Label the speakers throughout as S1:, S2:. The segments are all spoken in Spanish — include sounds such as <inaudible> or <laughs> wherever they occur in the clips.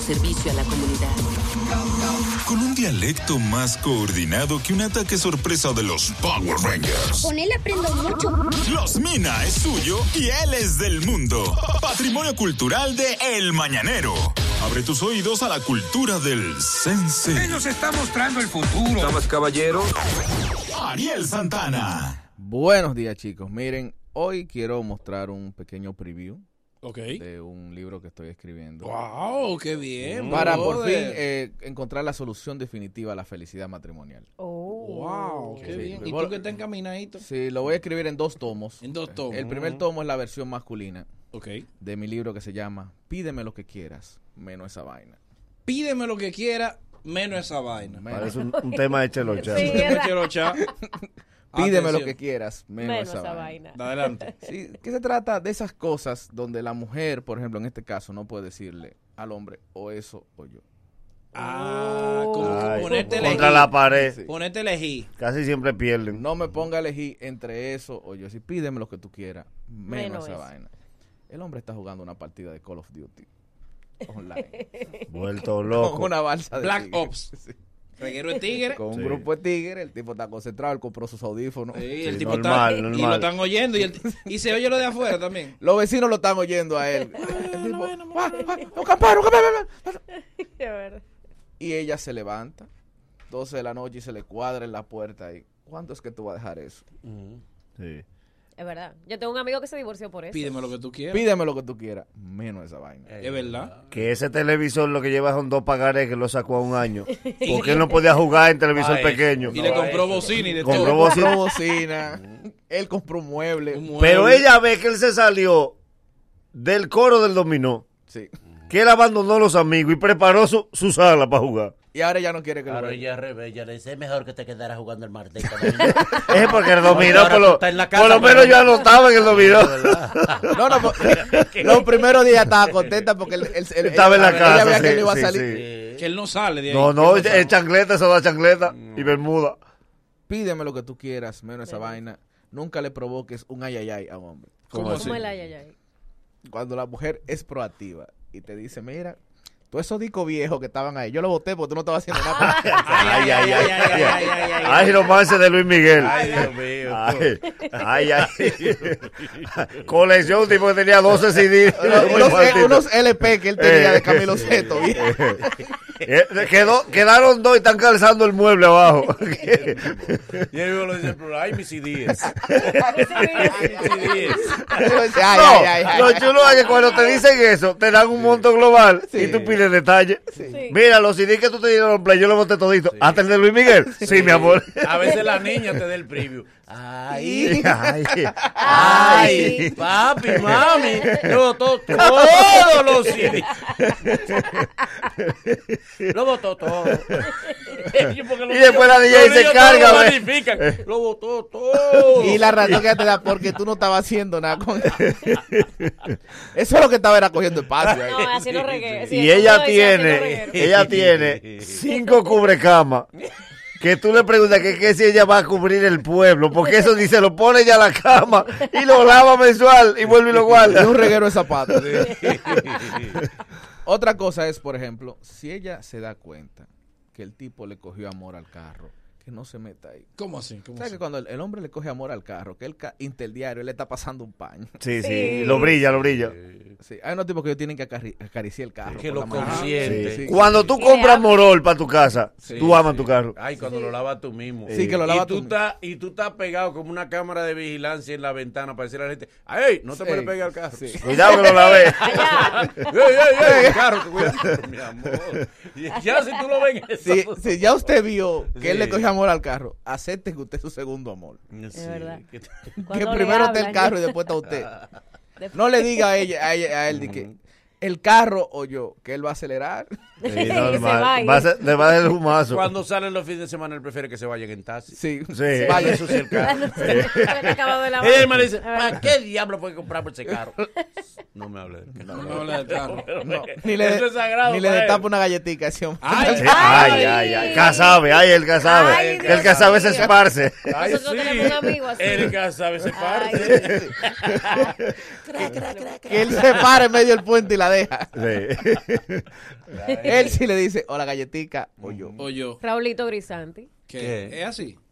S1: servicio a la comunidad.
S2: Con un dialecto más coordinado que un ataque sorpresa de los Power Rangers.
S3: Con él aprendo mucho.
S2: Los Mina es suyo y él es del mundo. Patrimonio cultural de El Mañanero. Abre tus oídos a la cultura del sense.
S4: Él nos está mostrando el futuro.
S5: Damas, caballeros.
S2: Ariel Santana.
S6: Buenos días, chicos. Miren, hoy quiero mostrar un pequeño preview
S7: Ok.
S6: de un libro que estoy escribiendo.
S7: Wow, qué bien.
S6: Para por fin
S7: brother.
S6: eh, encontrar la solución definitiva a la felicidad matrimonial.
S7: Wow, qué
S6: Sí.
S7: bien. ¿Y
S6: Bueno,
S7: tú que estás encaminadito?
S6: Sí, lo voy a escribir en dos tomos.
S7: En dos tomos.
S6: El primer tomo es la versión masculina
S7: Ok.
S6: de mi libro que se llama Pídeme lo que quieras, menos esa vaina.
S7: Pídeme lo que quiera, menos esa vaina.
S6: Menos-
S8: Parece un, un tema de Chelo Chao.
S9: Sí,
S7: No
S9: ¿verdad?
S7: quiero echar.
S6: <laughs> Pídeme lo
S7: Atención.
S6: que quieras, menos,
S9: Menos
S6: esa,
S9: esa
S6: vaina.
S9: vaina.
S7: Adelante.
S6: Sí, ¿Qué se trata de esas cosas donde la mujer, por ejemplo, en este caso, no puede decirle al hombre o eso o yo?
S7: Ah, como que
S8: Ay,
S7: ponerte elegí.
S8: contra la pared.
S7: Ponerte elegí.
S8: Casi siempre pierden.
S6: No me ponga a elegir entre eso o yo. Si pídeme lo que tú quieras, menos,
S9: Menos
S6: esa
S9: eso.
S6: vaina. El hombre está jugando una partida de Call of Duty online.
S7: <laughs>
S8: Vuelto
S6: con
S8: loco.
S6: una balsa de
S7: Black
S6: tigre.
S7: Ops. Reguero de tigre.
S6: Con un
S8: Sí.
S6: grupo de tigre, el tipo está concentrado, él compró sus audífonos.
S7: Sí,
S8: Sí,
S7: el tipo
S8: normal,
S7: está. Y
S8: normal.
S7: lo están oyendo. Y, el- y se oye lo de afuera también.
S6: Los vecinos lo están oyendo
S7: <laughs>
S6: a él. El tipo, "Ah, ah, un campero, un campero, un campero".
S9: De verdad.
S6: Y ella se levanta, 12 de la noche, y se le cuadra en la puerta. Y, ¿Cuándo es que tú vas a dejar eso?
S8: Sí.
S9: Es verdad. Yo tengo un amigo que se divorció por eso.
S7: Pídeme lo que tú quieras.
S6: Pídeme lo que tú quieras, menos esa vaina.
S7: Es verdad.
S8: Que ese televisor lo que lleva son dos pagarés que lo sacó a un año. Porque él no podía jugar en televisor pequeño.
S7: Y le compró bocina y de
S8: Compró
S7: todo.
S8: bo- bocina.
S6: Compró
S7: <laughs>
S6: bocina, él compró un mueble.
S7: Un mueble.
S8: Pero ella ve que él se salió del coro del dominó,
S6: Sí.
S8: que él abandonó a los amigos y preparó su, su sala para jugar.
S6: Y ahora ya no quiere que
S10: Claro,
S6: lo
S10: ella es rebelde, ella le dice, es mejor que te quedara jugando el <laughs> martes.
S8: Es porque el dominó,
S10: Ahora tú
S8: por lo,
S10: estás en la casa,
S8: por lo menos
S10: pero-
S8: yo anotaba en el dominó.
S6: No,
S8: <laughs>
S6: no, po- <laughs> los primeros días estaba contenta porque él, él- él-
S8: Estaba en la
S6: ella
S8: casa,
S6: veía que
S8: sí,
S6: él iba a
S8: sí,
S6: salir.
S8: sí.
S10: Eh,
S7: Que él no sale de ahí.
S8: No, no, es chancleta, se da chancleta y bermuda.
S6: Pídeme lo que tú quieras, menos esa vaina. Nunca le provoques un ayayay a un hombre.
S7: ¿Cómo así?
S9: ¿Cómo el ay, ay, ay?
S6: Cuando la mujer es proactiva y te dice, mira, tú esos discos viejos que estaban ahí, yo los boté porque tú no estabas haciendo
S8: <laughs>
S6: nada.
S8: Ay, ay, ay, ay, ay,
S7: ay, ay.
S8: ay, romance de Luis Miguel.
S10: Ay, Dios mío.
S8: Ay, ay, ay. Colección, tipo que tenía 12 CD.
S6: Unos-
S8: Muy
S6: unos,
S8: maldito.
S6: unos LP que él tenía
S8: <laughs> Eh,
S6: de Camilo Seto. <laughs>
S8: Eh, quedó- quedaron dos y están calzando el mueble abajo. <laughs>
S10: Y él mismo lo dice, pero ay, mis CDs.
S8: <laughs>
S9: <laughs>
S8: no, lo chulo es que cuando te dicen eso, te dan un monto global y tú pides detalles. Mira, los CD que tú te dieron play, yo lo boté todito. Hasta el de Luis Miguel. Sí, mi amor.
S10: A veces la niña te da el preview. Ay,
S8: <laughs> Ay, <laughs>
S10: ay, papi, mami. Yo botó todos los CDs. Lo botó todo.
S8: Y después la DJ se carga,
S10: Lo,
S8: ve.
S10: magnifican. lo botó todo.
S6: Y la razón que ella te da porque tú no estabas haciendo nada con <laughs> Eso es lo que estaba era cogiendo espacio. ahí.
S9: No, así no regué. Sí,
S8: Y
S9: eso
S8: ella
S9: no decía, así no
S8: tiene,
S9: regué.
S8: ella tiene cinco cubrecamas. Que tú le preguntas que, que si ella va a cubrir el pueblo, porque eso dice, lo pone ella a la cama y lo lava mensual y vuelve y
S6: <laughs>
S8: lo
S6: Y un
S8: guarda.
S6: reguero de zapatos. <laughs> Otra cosa es, por ejemplo, si ella se da cuenta que el tipo le cogió amor al carro, que no se meta ahí.
S7: ¿Cómo así? ¿Cómo así?
S6: ¿Sabes que cuando el, el hombre le coge amor al carro, que el ca- interdiario él le está pasando un paño?
S8: Sí, sí,
S9: Sí.
S8: lo brilla, lo brilla.
S6: Sí, hay unos tipos que ellos tienen que acari- acariciar el carro.
S10: Que
S6: por
S10: lo
S6: la mañana.
S10: consiente.
S6: Sí, sí.
S8: Cuando tú
S9: Y
S8: compras
S9: le
S8: morol para tu casa, tú amas tu carro.
S10: Ay, cuando lo lavas tú mismo.
S6: Sí, que Eh, lo lavas
S10: y tú.
S6: tú mismo.
S10: Estás, y tú estás pegado como una cámara de vigilancia en la ventana para decirle a la gente, ¡ay, no te
S6: Sí,
S10: puedes pegar al carro!
S6: sí.
S8: Cuidado que lo
S9: <laughs>
S8: lavé.
S10: <laughs> ¡Ey, ey, ey! el carro, que cuidado, <laughs> mi amor. Y Ya si tú lo ves en eso.
S6: Si, si ya usted vio que él le
S10: Sí.
S6: cogió amor al carro, acepte que usted es su segundo amor.
S10: Sí,
S9: verdad.
S10: que-
S6: Que
S9: Cuando le
S6: primero está
S9: hablan,
S6: el carro y
S9: yo-
S6: después está usted.
S9: <laughs> Después-
S6: No le diga a ella, a, ella- a él de que el carro o yo, que él va a acelerar. <laughs>
S9: <laughs>
S8: Sí,
S9: va
S8: normal.
S9: y-
S8: Va a
S9: <laughs>
S8: ser- le va a dar el humazo.
S10: Cuando salen los fines de semana, él prefiere que se vayan en taxi.
S6: Sí.
S8: Sí.
S6: Vaya.
S10: Eso sí, el carro.
S9: Haber acabado de lavar.
S10: Ella me dice,
S9: Es verdad.
S10: ¿para qué diablo fue que compramos ese
S6: <laughs>
S10: carro? No me hable del carro.
S7: No habla del
S10: <laughs>
S7: carro.
S6: No, ni le,
S10: Eso es sagrado
S6: ni le
S9: pues.
S10: para él.
S6: destapa una galletica a ese hombre. <laughs>
S7: Ay,
S8: Sí. Eh, Ay, ay, ay. Casabe, ay, el casabe.
S9: Ay,
S8: que el
S9: Dios
S8: casabe se
S9: mío.
S8: esparce.
S10: <laughs>
S9: Nosotros tenemos un amigo así.
S10: El que sabe se parte.
S9: Ay,
S6: Que él se para en medio del puente y la deja.
S8: Sí.
S6: Él sí le dice, o la galletica, o yo.
S7: O yo.
S9: Raulito Grisanti.
S7: ¿Qué?
S10: ¿Qué?
S7: ¿Es así? ¿Con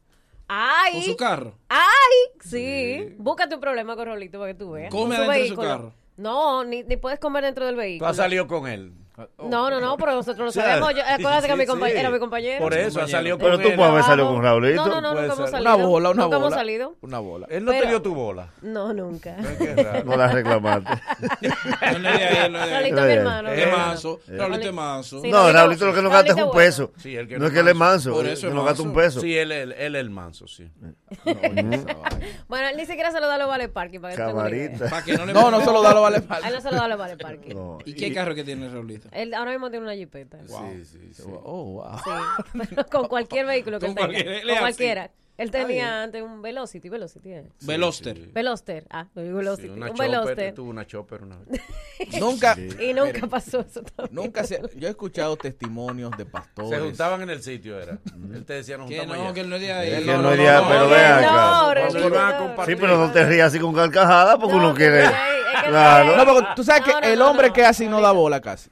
S9: ¡Ay!
S7: su carro?
S9: ¡Ay! Sí. Búscate un problema con Raulito para que tú veas.
S7: Come
S9: Con
S7: adentro de su carro.
S9: No, ni, ni puedes comer dentro del
S10: Tú
S9: vehículo.
S10: has salido con él.
S9: No, no, no, pero nosotros lo
S10: Sí,
S9: sabemos. Yo- acuérdate
S10: sí,
S9: que mi
S10: sí,
S9: compañero
S10: sí.
S9: era mi compañero.
S10: Por eso, ha salido con
S8: Pero
S10: él.
S8: tú puedes haber salido con Raulito.
S9: No, no, no,
S10: Puede
S9: nunca hemos
S10: ser.
S9: salido.
S6: Una bola, una
S9: nunca
S6: bola.
S9: hemos salido.
S6: Una bola.
S10: Él no te
S9: Pero-
S10: dio tu bola.
S9: No, nunca. <laughs>
S10: Qué raro.
S8: No la reclamaste.
S7: No le de ahí, no le de ahí.
S9: Raulito, mi hermano.
S7: Es mazo. Raulito es mazo.
S9: Sí,
S8: No,
S9: Raulito-
S8: Raulito lo que no gasta es un
S9: Raulito es
S8: peso.
S10: Sí, el que
S8: No es que él es manso.
S7: Por eso
S8: Que
S7: es
S8: no gasta un
S7: manso.
S8: peso.
S10: Sí, él, él, él es el manso, sí.
S9: Bueno, él ni siquiera se lo da a los Vale Parking para que tú tengas una idea.
S8: Camarita.
S7: Para que no le
S6: No, no solo da lo vale
S9: A él no se lo da a los Vale Parking.
S8: No.
S7: ¿Y qué carro que tiene Raulito?
S9: Él ahora mismo tiene una jipeta.
S10: Sí, sí, sí.
S6: Oh, wow.
S9: Sí, pero con cualquier vehículo ah, que
S7: Con
S9: él tenga.
S7: cualquier- él es
S9: con
S7: así.
S9: cualquiera. Él tenía antes un Velocity, Velocity. ¿eh?
S7: Veloster.
S9: Veloster. Ah, no digo Velocity.
S10: Sí, una
S9: un
S10: chopper,
S9: Veloster.
S10: tuvo una
S9: <laughs>
S10: chopper una vez.
S6: Nunca,
S9: Y nunca pasó eso también.
S6: nunca se. Yo he escuchado testimonios de pastores.
S10: Se juntaban en el sitio, era. Él te decía, nos
S7: Que
S10: juntamos
S7: no,
S10: allá.
S7: que él no es de ahí.
S8: Que no es de ahí, pero
S9: Oye,
S8: vean
S9: no,
S8: acá.
S9: Raulito,
S10: Cuando iban a
S9: no.
S10: compartir-
S8: Sí, pero no te rías así con carcajadas porque
S9: No,
S8: uno
S9: que
S8: quiere.
S9: no hay- es que no
S8: Claro.
S9: hay-
S6: No, porque tú sabes que
S9: No, no,
S6: el
S9: no,
S6: hombre
S9: no.
S6: que así no da bola casi.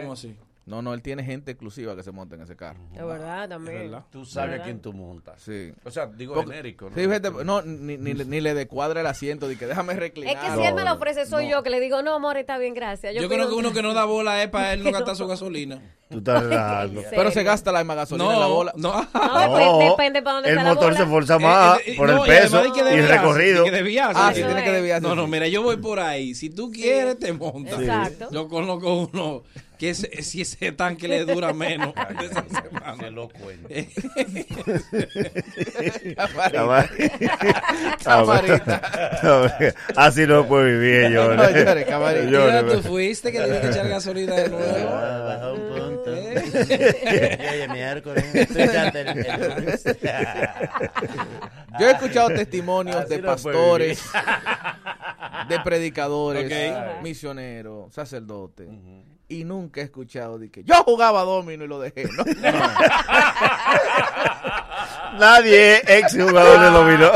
S7: ¿Cómo así?
S6: No, no, él tiene gente exclusiva que se monta en ese carro.
S9: Es verdad, también.
S10: Tú sabes
S9: ¿Verdad?
S10: a quién tú montas.
S6: Sí.
S10: O sea, digo
S6: Porque-
S10: genérico. ¿no? Este,
S6: Sí, gente, no, ni, ni, le- ni le descuadra el asiento, de que déjame reclinar.
S9: Es que si él me lo ofrece, soy
S6: No.
S9: yo que le digo, no, amor, está bien, gracias.
S7: Yo,
S9: Yo,
S7: creo
S9: pido
S7: que
S9: un-
S7: uno que no da bola es para él <laughs> no gastar su gasolina.
S8: Tú estás
S9: ¿En
S8: relajando.
S6: Pero se
S9: serio?
S6: gasta la gasolina en la
S7: No,
S6: bola.
S7: <laughs> no.
S9: No, depende, depende para dónde
S8: el
S9: está la
S8: motor
S9: bola.
S8: se esforza más
S7: Eh, eh,
S8: por
S7: no,
S8: el
S7: y además
S8: peso
S7: hay que
S8: y el
S7: desviarse,
S8: recorrido.
S7: hay que desviarse,
S6: Ah,
S7: sí.
S6: sí,
S9: Eso
S6: tiene que
S9: es.
S6: desviarse. <laughs>
S7: No, no,
S6: sí.
S7: mira, yo voy por ahí. Si tú quieres, te montas.
S9: Exacto.
S7: Yo conozco uno que ese- si ese tanque le dura menos
S10: <laughs>
S7: de esa semana.
S10: Se lo cuento.
S7: Eh,
S8: <laughs> Camarita.
S6: Camarita.
S8: Camarita. <laughs> Así no puede vivir, yo.
S6: No,
S8: <laughs>
S7: <laughs>
S6: llores, camarita.
S8: Yo,
S7: mira,
S8: no.
S7: tú fuiste que tienes que echar gasolina de nuevo.
S1: Baja un punto.
S7: Eh.
S1: Ya de miércoles. Tú echaste el- el lunes.
S6: Yo he escuchado testimonios
S8: Así
S6: de
S8: no puede
S6: pastores, de predicadores,
S7: Ok.
S6: misioneros, sacerdotes. Y nunca he escuchado de que yo jugaba domino y lo dejé. ¿no?
S8: Nadie es ex jugador de dominó.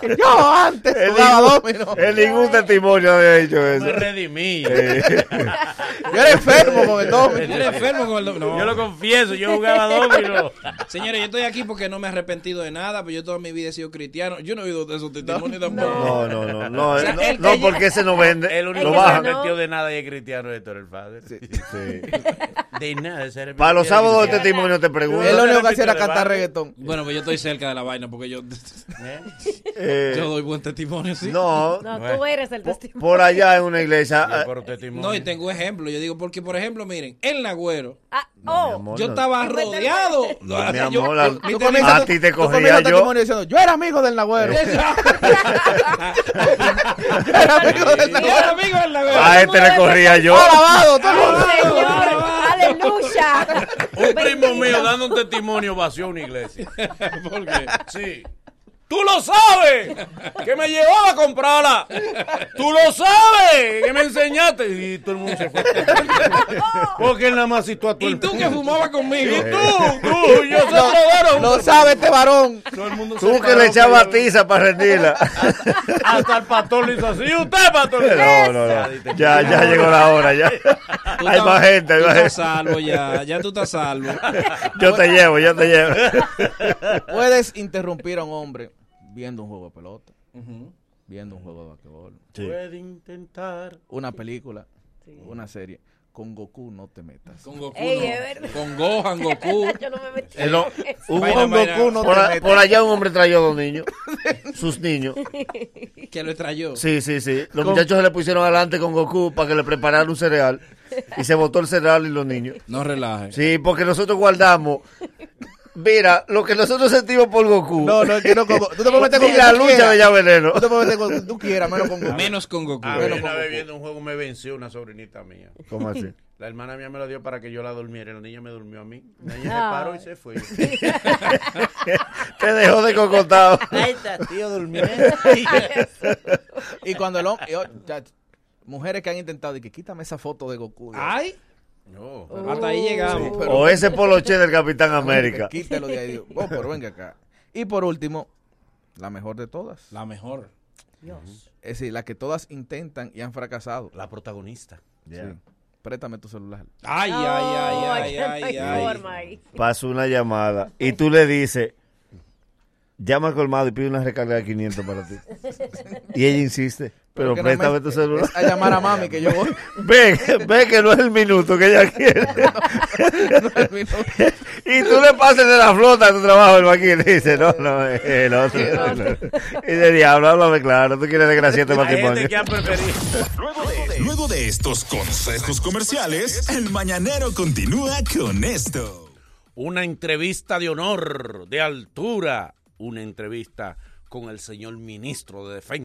S6: Que yo antes
S8: En
S6: jugaba
S8: ningún,
S6: domino.
S8: en ningún testimonio había hecho eso.
S10: Me redimí.
S6: Yo era enfermo con el
S7: Él
S6: domino.
S7: era enfermo con el do- no.
S10: Yo lo confieso, yo jugaba domino.
S7: Señores, yo estoy aquí porque no me he arrepentido de nada, pero yo toda mi vida he sido cristiano. Yo no he oído de esos testimonios tampoco.
S8: No, no, no, no,
S7: sea,
S8: no,
S7: él
S8: no,
S7: te-
S8: porque ese no vende,
S10: El único
S8: lo
S10: que no
S8: bajan.
S9: no.
S10: metió de nada y es cristiano esto era el padre. <laughs> De nada, ese era el
S8: Para
S10: <laughs>
S8: los sábados de
S10: cristiano.
S8: testimonio te pregunto.
S6: Es lo único que hacía era
S10: Repito,
S6: cantar
S10: debate.
S6: reggaetón.
S7: Bueno, pues yo estoy cerca de la vaina porque yo, <laughs>
S8: eh,
S7: yo doy buen testimonio, sí.
S8: no,
S9: No, tú eres el testimonio.
S8: por allá en una iglesia.
S10: Yo
S8: eh,
S10: por testimonio.
S7: No, y tengo ejemplo. Yo digo, porque, por ejemplo, miren, el Nagüero,
S9: Ah,
S8: mi
S9: oh, <laughs>
S8: amor,
S7: yo
S8: no.
S7: estaba rodeado.
S8: Mi
S7: Yo-
S8: amor, la-
S7: mi testimonio-
S6: Tú
S7: <laughs>
S6: comienzas
S8: a ti te
S6: tú comienzas
S8: corría yo.
S6: testimonio diciendo, yo era amigo del Nagüero.
S8: Ah,
S6: Yo era amigo
S7: Yo
S6: del Nagüero. <laughs>
S7: era amigo del Nagüero.
S8: a este le corría yo.
S6: Alabado, todo el mundo.
S7: <laughs>
S9: Oh, señor, aleluya.
S10: Un primo
S9: <laughs> Bendito.
S10: mío dando un testimonio vació una iglesia.
S7: ¿Por qué?
S10: Sí. Tú lo sabes que me llevaba a comprarla. Tú lo sabes que me enseñaste. Y todo el mundo se fue. Porque él nada más citó a todo
S7: Y
S10: el
S7: tú
S10: mundo.
S7: que fumabas conmigo.
S8: eh,
S10: Y tú, tú, y yo se
S6: Lo-
S10: drogaron.
S6: Lo sabe este varón.
S10: Todo el mundo se
S8: Tú que
S10: paró,
S8: le echabas
S10: pero-
S8: tiza para rendirla.
S10: Hasta el pastor le hizo así. ¿Y usted, pastor?
S8: <laughs> No, no, no. Ya, ya llegó la hora, ya.
S7: Tú
S8: Hay
S7: estabas-
S8: más gente, hay
S7: tú
S8: más
S7: estás
S8: gente.
S7: salvo ya, ya tú estás <laughs> salvo.
S8: Yo te llevo, yo te llevo.
S6: Puedes interrumpir a un hombre viendo un juego de pelota, viendo un juego de basquetbol,
S10: Puede intentar.
S6: una película, una serie. Con Goku no te metas.
S7: Con Goku.
S9: Ey,
S7: no.
S9: es verdad.
S7: Con <laughs> Gohan, Goku.
S9: Yo no me metí.
S8: Eh,
S10: <laughs>
S8: no, un-
S7: Vaina,
S6: Con
S7: vaina.
S6: Goku no
S8: por,
S6: te
S8: a-
S6: metas.
S8: por allá un hombre trayó dos niños. Sus niños.
S7: Que lo extrayó.
S8: Sí, sí, sí. Los muchachos se le pusieron adelante con Goku para que le prepararan un cereal. Y se botó el cereal y los niños.
S7: No relajes.
S8: Sí, porque nosotros guardamos. Mira, lo que nosotros sentimos por Goku.
S6: No, no, es que no. con Goku. Tú te puedes meter con
S8: y la
S6: quien tú
S8: lucha de
S6: quieras.
S8: ya veneno.
S6: Tú te puedes meter con quien tú quieras, menos con Goku.
S7: Menos con Goku.
S10: A
S8: Ah,
S6: Bueno,
S10: ver, una
S6: poco,
S10: vez
S6: poco.
S10: viendo un juego me venció una sobrinita mía.
S8: ¿Cómo así?
S10: <laughs> La hermana mía me lo dio para que yo la durmiera. y La niña me durmió a mí. La niña
S9: Ay.
S10: se paró y se fue.
S8: Te dejó de cocotado.
S1: Ahí está, tío durmiendo.
S6: Y cuando el hombre. y, oh, ya, Mujeres que han intentado de que quítame esa foto de Goku. Dios.
S7: Ay,
S10: No.
S7: hasta ahí llegamos.
S9: Sí.
S8: O ese poloche del Capitán América.
S6: Quítalo de ahí. Dios. Oh, pero venga acá. Y por último, la mejor de todas.
S7: La mejor.
S9: Dios.
S6: Es decir, la que todas intentan y han fracasado.
S10: <laughs> La protagonista.
S8: Ya.
S6: Sí. Préstame tu celular.
S7: Ay, ay,
S9: No,
S7: ay, ay,
S9: ya <laughs> no hay
S7: ay, ay.
S9: forma ahí.
S8: Pasa una llamada y tú le dices, llama al colmado y pide una recarga de 500 para ti. Y ella insiste, pero
S6: que nada más
S8: préstame tu celular.
S6: es A llamar a mami que yo voy.
S8: <laughs> Ve, ve que no es el minuto que ella quiere.
S6: No, el mismo.
S8: Y tú le pases de la flota a tu trabajo, el maquín. Dice, no, no, es el otro. no, no. Y de diablo, háblame claro, tú quieres desgraciar este
S10: Hay gente
S8: matrimonio.
S10: que ha preferido.
S2: Luego de estos consejos comerciales, el mañanero continúa con esto.
S10: Una entrevista de honor, de altura. Una entrevista con el señor ministro de Defensa.